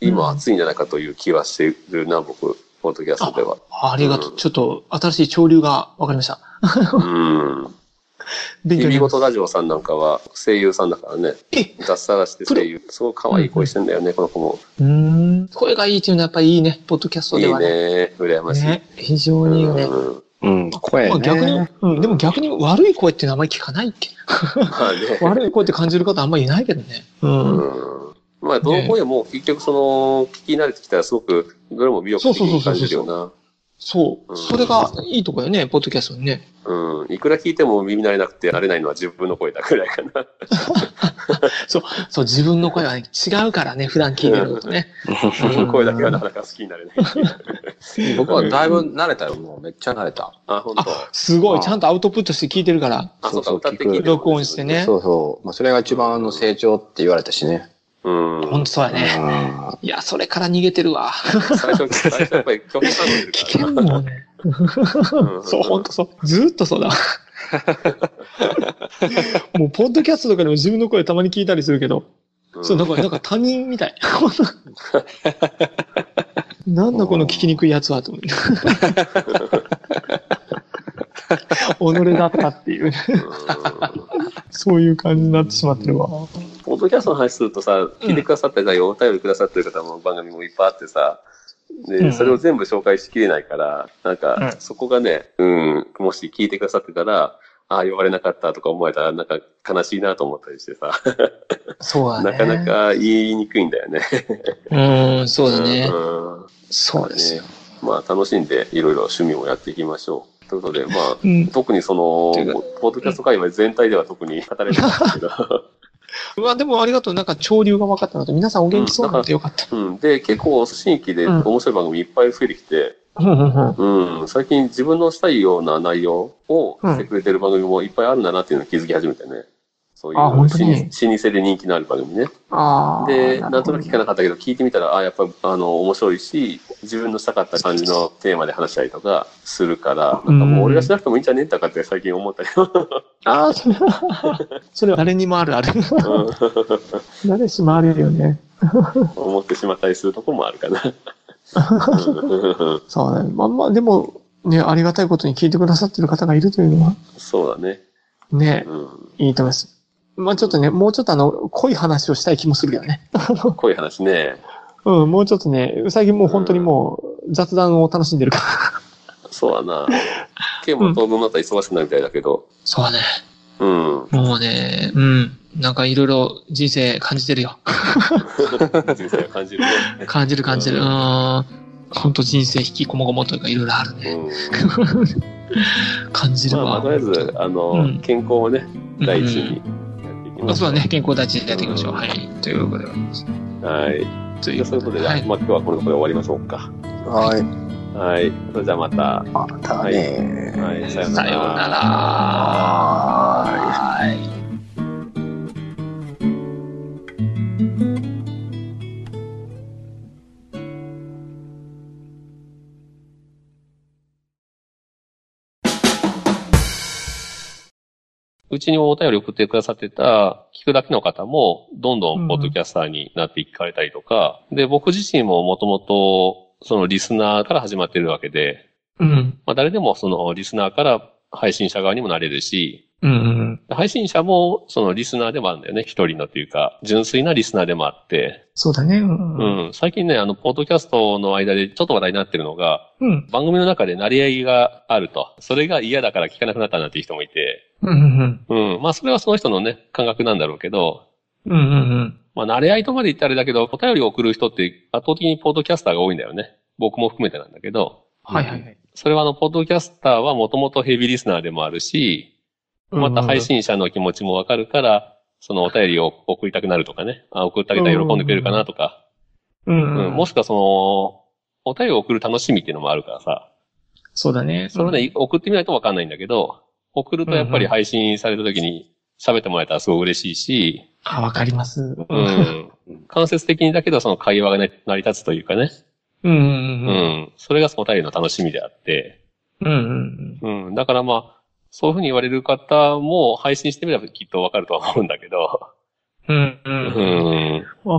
[SPEAKER 3] 今熱いんじゃないかという気はしてるな、僕、ポッドキャストでは。
[SPEAKER 2] ありがとう。ちょっと、新しい潮流が分かりました。
[SPEAKER 3] うん。
[SPEAKER 2] 勉強
[SPEAKER 3] 指
[SPEAKER 2] になり
[SPEAKER 3] ご
[SPEAKER 2] ます
[SPEAKER 3] とラジオさんなんかは声優さんだからね、
[SPEAKER 2] え
[SPEAKER 3] 脱サラして声優、すごい可愛い声してんだよね、この子も。
[SPEAKER 2] うーん。声がいいっていうのはやっぱりいいね。ポッドキャスト
[SPEAKER 3] い
[SPEAKER 2] で
[SPEAKER 3] い
[SPEAKER 2] はね。
[SPEAKER 3] ね、羨ましい。
[SPEAKER 2] ね。非常にいいよね。
[SPEAKER 3] うん
[SPEAKER 5] うん、声ね。
[SPEAKER 2] まあ逆に、うん、でも逆に悪い声って名前聞かないっけ
[SPEAKER 3] まあね。
[SPEAKER 2] 悪い声って感じる方あんまりいないけどね。うん。
[SPEAKER 3] うんまあ、どの声も結局その、聞き慣れてきたらすごく、どれも魅力的に感じるよな。
[SPEAKER 2] そうう。
[SPEAKER 3] ん
[SPEAKER 2] それがいいとこよね、ポッドキャストにね。
[SPEAKER 3] うん。いくら聞いても耳慣れなくて慣れないのは自分の声だくらいかな。
[SPEAKER 2] そう、自分の声はね、違うからね、普段聞いてるのとね。
[SPEAKER 3] 自分の声だけはなかなか好きになれない。
[SPEAKER 5] 僕はだいぶ慣れたよ、もう。めっちゃ慣れた。
[SPEAKER 3] あ、本当。あ、
[SPEAKER 2] すご
[SPEAKER 5] あ
[SPEAKER 2] い、ちゃんとアウトプットして聞いてるから。
[SPEAKER 3] そうか、
[SPEAKER 5] そう
[SPEAKER 3] 歌って聞いてる
[SPEAKER 2] 録音してね
[SPEAKER 5] そうそう。まあ、それが一番の成長って言われたしね。
[SPEAKER 3] うん。
[SPEAKER 2] ほんとそうや
[SPEAKER 5] う
[SPEAKER 2] ね。
[SPEAKER 5] ん。
[SPEAKER 2] いや、それから逃げてるわ。
[SPEAKER 3] 最初、最初やっぱり曲感
[SPEAKER 2] (laughs)
[SPEAKER 3] 動
[SPEAKER 2] 危
[SPEAKER 3] してる
[SPEAKER 2] 険
[SPEAKER 3] から
[SPEAKER 2] もんね。
[SPEAKER 3] な。
[SPEAKER 2] そう、ほん
[SPEAKER 3] 当
[SPEAKER 2] とそう。ずーっとそうだ (laughs) わ。もう、ポッドキャストとかでも自分の声たまに聞いたりするけど、そう、なんか、なんか他人みたい。 (laughs) なんだこの聞きにくいやつはと思って。己だったっていう、そういう感じになってしまってるわ。
[SPEAKER 3] ポッドキャストの話するとさ、聞いてくださったりさ、お便りくださってる方も番組もいっぱいあってさ、
[SPEAKER 2] う
[SPEAKER 3] で、
[SPEAKER 2] ん
[SPEAKER 3] それを全部紹介しきれないから、なんか
[SPEAKER 2] う、ん
[SPEAKER 3] そこがね、うん、もし聞いてくださってたら、ああ、呼ばれなかったとか思えたら、なんか悲しいなと思ったりしてさ、
[SPEAKER 2] そうだね。
[SPEAKER 3] なかな。か言いにくいんだよね。
[SPEAKER 2] うん、そうだね。
[SPEAKER 3] うん
[SPEAKER 2] そうですよ。
[SPEAKER 3] まあ、楽しんでいろいろ趣味もやっていきましょう。ということで、まあ、
[SPEAKER 2] うん。
[SPEAKER 3] 特にその
[SPEAKER 2] ていうか、
[SPEAKER 3] ポッドキャスト界隈全体では特に語れてないんですけ
[SPEAKER 2] (laughs)
[SPEAKER 3] ど、
[SPEAKER 2] うわ、でもありがとう。なんか潮流が分かったのと、皆さんお元気そうなのでよかった。
[SPEAKER 3] うん、で、結構新規で
[SPEAKER 2] うん
[SPEAKER 3] 面白い番組いっぱい増えてきて、
[SPEAKER 2] うんうんうん。
[SPEAKER 3] うん、最近自分のしたいような内容を
[SPEAKER 2] うん
[SPEAKER 3] してくれてる番組もいっぱいあるんだなっていうのを気づき始めてね。そういう
[SPEAKER 2] あ本当に
[SPEAKER 3] 老老舗で人気のある番組ね。
[SPEAKER 2] ああ。
[SPEAKER 3] で、なんとなく聞か
[SPEAKER 2] な
[SPEAKER 3] なかったけど、聞いてみたら、あやっぱ、あの、面白いし、自分のしたかった感じのテーマで話したりとかするから、なんかもう俺がしなくてもいいんじゃねえんだかって最近思ったり。
[SPEAKER 2] (laughs)
[SPEAKER 3] (laughs)
[SPEAKER 2] ああ、それは、 (laughs) それは誰にもあるある。
[SPEAKER 3] うん
[SPEAKER 2] (laughs) 誰しもあるよね。
[SPEAKER 3] 思ってしまったりするところもあるかな。 (laughs) うん
[SPEAKER 2] そうだね。まあまあ、でも、ね、ありがたいことに聞いてくださってる方がいるというのは、
[SPEAKER 3] そうだね。
[SPEAKER 2] ね、 (laughs)
[SPEAKER 3] うん、
[SPEAKER 2] いいと思います。まあちょっとね、もうちょっとあの、濃い話をしたい気もするけどね。
[SPEAKER 3] こういう話ね。
[SPEAKER 2] うん、もうちょっとね、最近もう本当にもう雑談を楽しんでるから。
[SPEAKER 3] そうだな。ケンも当分また忙しくなるみたいだけど。
[SPEAKER 2] そうね。
[SPEAKER 3] うん。
[SPEAKER 2] もうね、うん。なんかいろいろ人生感じてるよ。
[SPEAKER 3] 人生を感じるね。
[SPEAKER 2] 感じる。
[SPEAKER 3] 感じるうん
[SPEAKER 2] 本当人生引きこもごもというかいろいろあるね。
[SPEAKER 3] うん。
[SPEAKER 2] 感じ
[SPEAKER 3] まあ、まあ、とりあえず、あの、
[SPEAKER 2] うん
[SPEAKER 3] 健康をね、第一にやっていきましょう。
[SPEAKER 2] ね、健康第一に。
[SPEAKER 3] やっていきましょうはい
[SPEAKER 2] ということでございます。
[SPEAKER 3] はい。
[SPEAKER 2] と
[SPEAKER 3] じゃあそういうことで、
[SPEAKER 2] はい
[SPEAKER 3] まあ今日はこのところで終わりましょうか。
[SPEAKER 5] はい。
[SPEAKER 3] はい。それじゃあまた。
[SPEAKER 5] またね。
[SPEAKER 3] はい。さよう
[SPEAKER 2] さ
[SPEAKER 3] な
[SPEAKER 2] よう
[SPEAKER 3] ら
[SPEAKER 2] な。ら。
[SPEAKER 5] はーい。
[SPEAKER 2] はい。
[SPEAKER 4] うちにお便り送ってくださってた、聞くだけの方も、どんどんポッドキャスターになっていかれたりとか、で、僕自身ももともと、そのリスナーから始まってるわけで、
[SPEAKER 2] うん。
[SPEAKER 4] まあ誰でもそのリスナーから配信者側にもなれるし、
[SPEAKER 2] うんうん。
[SPEAKER 4] 配信者もそのリスナーでもあるんだよね、一人のというか、純粋なリスナーでもあって、
[SPEAKER 2] そうだね。うん。うん。
[SPEAKER 4] うん、最近ね、あの、ポッドキャストの間でちょっと話題になってるのが、
[SPEAKER 2] うん。
[SPEAKER 4] 番組の中で成り合いがあると、それが嫌だから聞かなくなったなんていう人もいて、
[SPEAKER 2] うん。
[SPEAKER 4] うん。まあ、それはその人のね、感覚なんだろうけど、
[SPEAKER 2] うん。うん。
[SPEAKER 4] まあ、慣れ合いとまで言ったらあれだけど、お便りを送る人って圧倒的にポッドキャスターが多いんだよね。僕も含めてなんだけど。
[SPEAKER 2] はいはいはい。
[SPEAKER 4] それはあの、ポッドキャスターはもともとヘビーリスナーでもあるし、また配信者の気持ちもわかるから、そのお便りを送りたくなるとかね。あ送ってあげたら喜んでくれるかなとか。
[SPEAKER 2] うん。
[SPEAKER 4] う。
[SPEAKER 2] うんん。
[SPEAKER 4] もしくはその、
[SPEAKER 3] お便りを送る楽しみっていうのもあるからさ、
[SPEAKER 2] そうだね。
[SPEAKER 3] それはね、送ってみないとわかんないんだけど、送るとやっぱり配信された時に喋ってもらえたらすごい嬉しいし、
[SPEAKER 2] あ、わかります。
[SPEAKER 3] う。ん。間接的にだけどその会話が、ね、成り立つというかね、
[SPEAKER 2] うんう
[SPEAKER 3] うんん。
[SPEAKER 2] うん。
[SPEAKER 3] それがそのお便りの楽しみであって、
[SPEAKER 2] うんうん
[SPEAKER 3] うん。だからまあ、そういうふうに言われる方も配信してみればきっとわかるとは思うんだけど、
[SPEAKER 2] うん。う
[SPEAKER 3] うん
[SPEAKER 2] うん。
[SPEAKER 3] ん。
[SPEAKER 2] ポ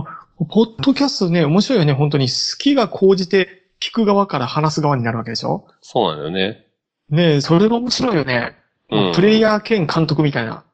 [SPEAKER 2] ッドキャストね、面白いよね。本当に好きが高じて聞く側から話す側になるわけでしょ
[SPEAKER 3] そうなんだよね。
[SPEAKER 2] ねえ、それが面白いよね。
[SPEAKER 3] うん。
[SPEAKER 2] プレイヤー兼監督みたいな。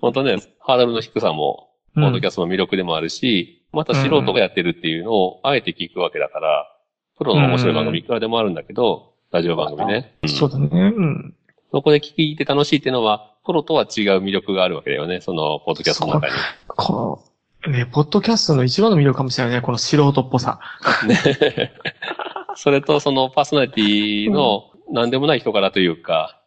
[SPEAKER 3] 本当ね、ハードルの低さも、ポッドキ
[SPEAKER 2] ャ
[SPEAKER 3] ャストの魅力でもあるし、また素人がやってるっていうのを、あえて聞くわけだから、プロの面白い番組いくらでもあるんだけど、ラジオ番組ね。うん
[SPEAKER 2] そうだね。うん。
[SPEAKER 3] そこで聞いて楽しいっていうのは、プロとは違う魅力があるわけだよね、その、ポッドキャストの中に。
[SPEAKER 2] この、ね、ポッドキャストの一番の魅力かもしれないね。この素人っぽさ。
[SPEAKER 3] ねそれと、その、パーソナリティの、何でもない人からというか、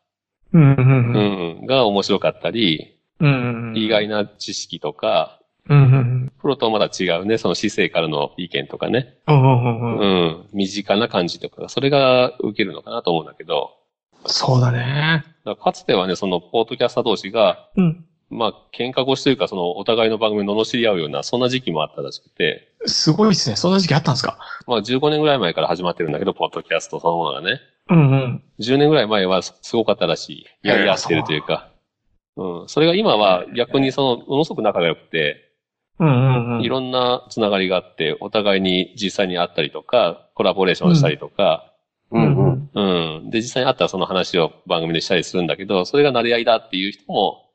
[SPEAKER 2] うんうん
[SPEAKER 3] う
[SPEAKER 2] うん。
[SPEAKER 3] ん、が面白かったり、
[SPEAKER 2] うんうん。
[SPEAKER 3] 意外な知識とか、
[SPEAKER 2] うんうん
[SPEAKER 3] プロとはまた違うね、その姿勢からの意見とかね。
[SPEAKER 2] うん。うんうんうん。
[SPEAKER 3] うん。身近な感じとか、それが受けるのかなと思うんだけど、
[SPEAKER 2] そうだね。
[SPEAKER 3] だからかつてはね、その、ポートキャスター同士が、
[SPEAKER 2] うん。
[SPEAKER 3] まあ、喧嘩越しというか、その、お互いの番組を罵り合うような、そんな時期もあったらしくて、
[SPEAKER 2] すごいですね。そんな時期あったんですか
[SPEAKER 3] まあ、15年ぐらい前から始まってるんだけど、ポッドキャストそのものがね。
[SPEAKER 2] うんうん。
[SPEAKER 3] 10年ぐらい前はすごかったらしい。やり合ってるというか。うん。それが今は逆にその、ものすごく仲が良くて、
[SPEAKER 2] うんうんうん。
[SPEAKER 3] いろんなつながりがあって、お互いに実際に会ったりとか、コラボレーションしたりとか、
[SPEAKER 5] うんうん。
[SPEAKER 3] うん。で、実際にあったらその話を番組でしたりするんだけど、それが慣れ合いだっていう人も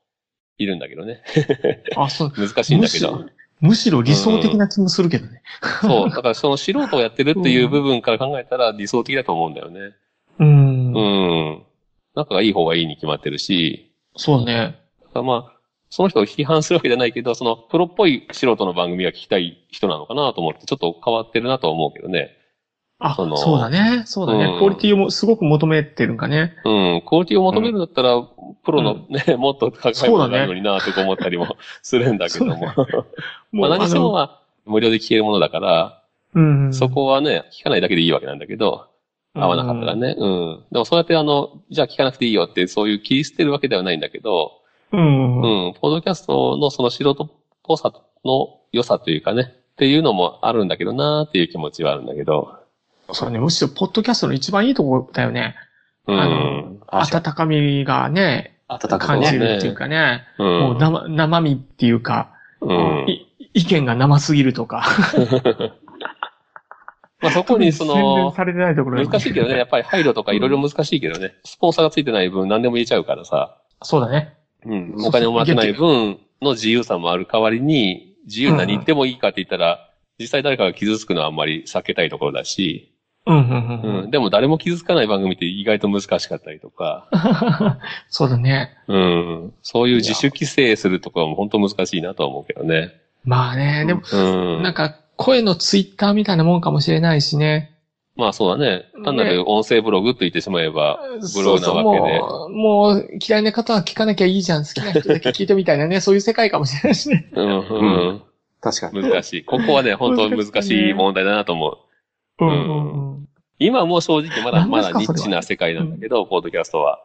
[SPEAKER 3] いるんだけどね。 (laughs)
[SPEAKER 2] あ、そう。
[SPEAKER 3] 難しいんだけ
[SPEAKER 2] む
[SPEAKER 3] ど。
[SPEAKER 2] むしろ理想的な気もするけどね。
[SPEAKER 3] そう。だからその素人をやってるっていう部分から考えたら理想的だと思うんだよね。
[SPEAKER 2] うん。
[SPEAKER 3] うん。仲がいい方がいいに決まってるし、
[SPEAKER 2] そうだね。
[SPEAKER 3] だからまあ、その人を批判するわけじゃないけど、そのプロっぽい素人の番組が聞きたい人なのかなと思って、ちょっと変わってるなとは思うけどね。
[SPEAKER 2] あ、
[SPEAKER 3] その
[SPEAKER 2] そうだね。そうだね。
[SPEAKER 3] うん
[SPEAKER 2] クオリティをもすごく求めてるんかね。
[SPEAKER 3] うん。クオリティを求めるんだったら、プロのね、もっと高いものがあるのになとか思ったりもするんだけども。まあ何しても
[SPEAKER 2] あの、
[SPEAKER 3] は無料で聞けるものだから、
[SPEAKER 2] うんうん。
[SPEAKER 3] そこはね、聞かないだけでいいわけなんだけど、合わなかったらね。うん。でもそうやってあの、じゃあ聞かなくていいよって、そういう切り捨てるわけではないんだけど、
[SPEAKER 2] うん。
[SPEAKER 3] う
[SPEAKER 2] うん。
[SPEAKER 3] ん、ポッドキャストのその素人っぽさの良さというかね、っていうのもあるんだけどなーっていう気持ちはあるんだけど、
[SPEAKER 2] そうね。むしろ、ポッドキャストの一番いいとこだよね。
[SPEAKER 3] う
[SPEAKER 2] あ
[SPEAKER 3] ん
[SPEAKER 2] の。、温かみがね、
[SPEAKER 5] 暖か
[SPEAKER 2] 感
[SPEAKER 5] く
[SPEAKER 2] じ
[SPEAKER 5] ね。
[SPEAKER 2] るっていうかね。
[SPEAKER 3] うん
[SPEAKER 2] もう生、生身っていうか、
[SPEAKER 3] うん。
[SPEAKER 2] い意見が生すぎるとか。
[SPEAKER 3] まあそこにそ
[SPEAKER 2] 洗練
[SPEAKER 3] の、
[SPEAKER 2] されてないところに
[SPEAKER 3] 難しいけどね、や。っぱり配慮とかいろいろ難しいけどね、スポンサーがついてない分何でも言えちゃうからさ。
[SPEAKER 2] そうだね。
[SPEAKER 3] うん、お金をもらってない分の自由さもある代わりに、自由なに言ってもいいかって言ったら、実際誰かが傷つくのはあんまり避けたいところだし、
[SPEAKER 2] うんうんうん。
[SPEAKER 3] うん、でも誰も傷つかない番組って意外と難しかったりとか、
[SPEAKER 2] (laughs) そうだね。
[SPEAKER 3] うん、そういう自主規制するとかも本当難しいなとは思うけどね。
[SPEAKER 2] まあね、でも、
[SPEAKER 3] うん。
[SPEAKER 2] なんか、声のツイッターみたいなもんかもしれないしね。
[SPEAKER 3] まあそうだね。単なる音声ブログと言ってしまえば、ブログなわけで。
[SPEAKER 2] そうそうもう、もう嫌いな方は聞かなきゃいいじゃん。好きな人だけ聞いてみたいなね。そういう世界かもしれないしね。
[SPEAKER 3] うん、うん
[SPEAKER 5] 確かに。
[SPEAKER 3] 難しい。ここはね、本当難しい問題だなと思う。
[SPEAKER 2] うんんうん
[SPEAKER 3] 今も正直まだまだ
[SPEAKER 2] 何で
[SPEAKER 3] ニ
[SPEAKER 2] すかそれは
[SPEAKER 3] ッチな世界なんだけど、ポードキャストは。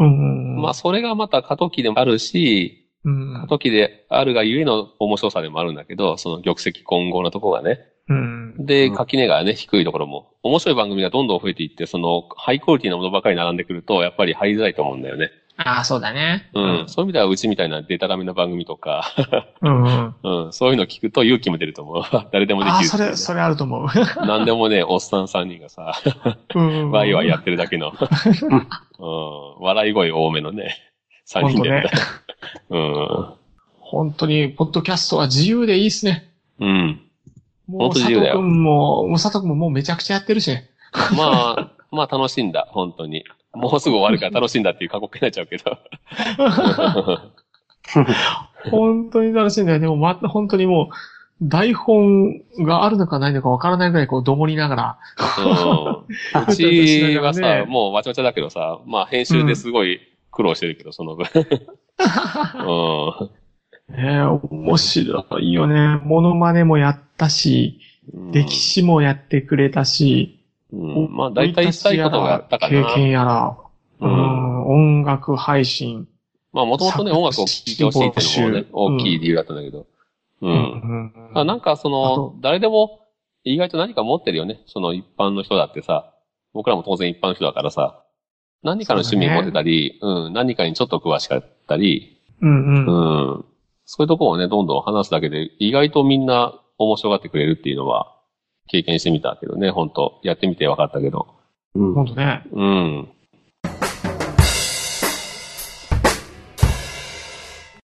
[SPEAKER 2] うん。うんうん。
[SPEAKER 3] まあ、それがまた過渡期でもあるし、
[SPEAKER 2] うん
[SPEAKER 3] 過渡期であるがゆえの面白さでもあるんだけど、その玉石混合のとこがね。
[SPEAKER 2] うん。
[SPEAKER 3] で、
[SPEAKER 5] うん
[SPEAKER 3] 垣根がね、低いところも。面白い番組がどんどん増えていって、その、ハイクオリティなものばかり並んでくると、やっぱり入りづらいと思うんだよね。
[SPEAKER 2] ああ、そうだね。
[SPEAKER 3] うん。そういう意味では、うちみたいなデタラメな番組とか、 (laughs)
[SPEAKER 2] うんうん。
[SPEAKER 3] うん。そういうの聞くと勇気も出ると思う。 (laughs) 誰でもで
[SPEAKER 2] あ
[SPEAKER 3] き
[SPEAKER 2] あ、
[SPEAKER 3] る。
[SPEAKER 2] それ、それあると思う。
[SPEAKER 3] 何でもね、おっさん3人がさ、
[SPEAKER 2] うん。
[SPEAKER 3] (laughs) ワイワイやってるだ
[SPEAKER 2] (laughs)
[SPEAKER 3] けの。うん。笑い声多めのね、3人でやった。うん。
[SPEAKER 2] 本当に、ポッドキャストは自由でいいっすね。
[SPEAKER 3] うん。
[SPEAKER 2] もう、
[SPEAKER 3] 本当
[SPEAKER 2] 佐
[SPEAKER 3] 自由
[SPEAKER 2] 藤
[SPEAKER 3] だよ
[SPEAKER 2] くんも、もう佐藤くんももうめちゃくちゃやってるしね。
[SPEAKER 3] まあ、まあ楽しんだ、本当に。もうすぐ終わるから楽しんだっていう過酷になっちゃう
[SPEAKER 2] (laughs)
[SPEAKER 3] けど。
[SPEAKER 2] 本当に楽しいんだよね。でも、ま、本当にもう、台本があるのかないのかわからないぐらい、こう、どもりながら。
[SPEAKER 3] うん。うちはさ、もうわちゃわちゃだけどさ、まあ編集ですごい苦労してるけど、そ
[SPEAKER 2] (laughs)
[SPEAKER 3] の分。うん。
[SPEAKER 2] ねえ、面白いよね。モノマネもやったし、
[SPEAKER 3] うん
[SPEAKER 2] 歴。史もやってくれたし、
[SPEAKER 3] うん。まあ、大体したいことがあったか
[SPEAKER 2] 経
[SPEAKER 3] な。
[SPEAKER 2] 験やら、う
[SPEAKER 3] うん。
[SPEAKER 2] ん、音楽配信、
[SPEAKER 3] まあ、もともとね、音楽を聴いてほしいっていうのも
[SPEAKER 2] うん
[SPEAKER 3] ね、大きい理由だったんだけど。
[SPEAKER 2] う
[SPEAKER 3] う。
[SPEAKER 2] んん
[SPEAKER 3] あなんかそ
[SPEAKER 2] あと
[SPEAKER 3] の、誰でも意外と何か持ってるよね。その一般の人だってさ、僕らも当然一般の人だからさ、何かの趣味持ってたり、うん、何かにちょっと詳しかったり、
[SPEAKER 2] うん
[SPEAKER 3] う
[SPEAKER 2] うん。
[SPEAKER 3] ん、そういうところをね、どんどん話すだけで、意外とみんな面白がってくれるっていうのは、経験してみたけどね、本当やってみて分かったけど。
[SPEAKER 5] うん
[SPEAKER 2] ほんとね。
[SPEAKER 3] うん。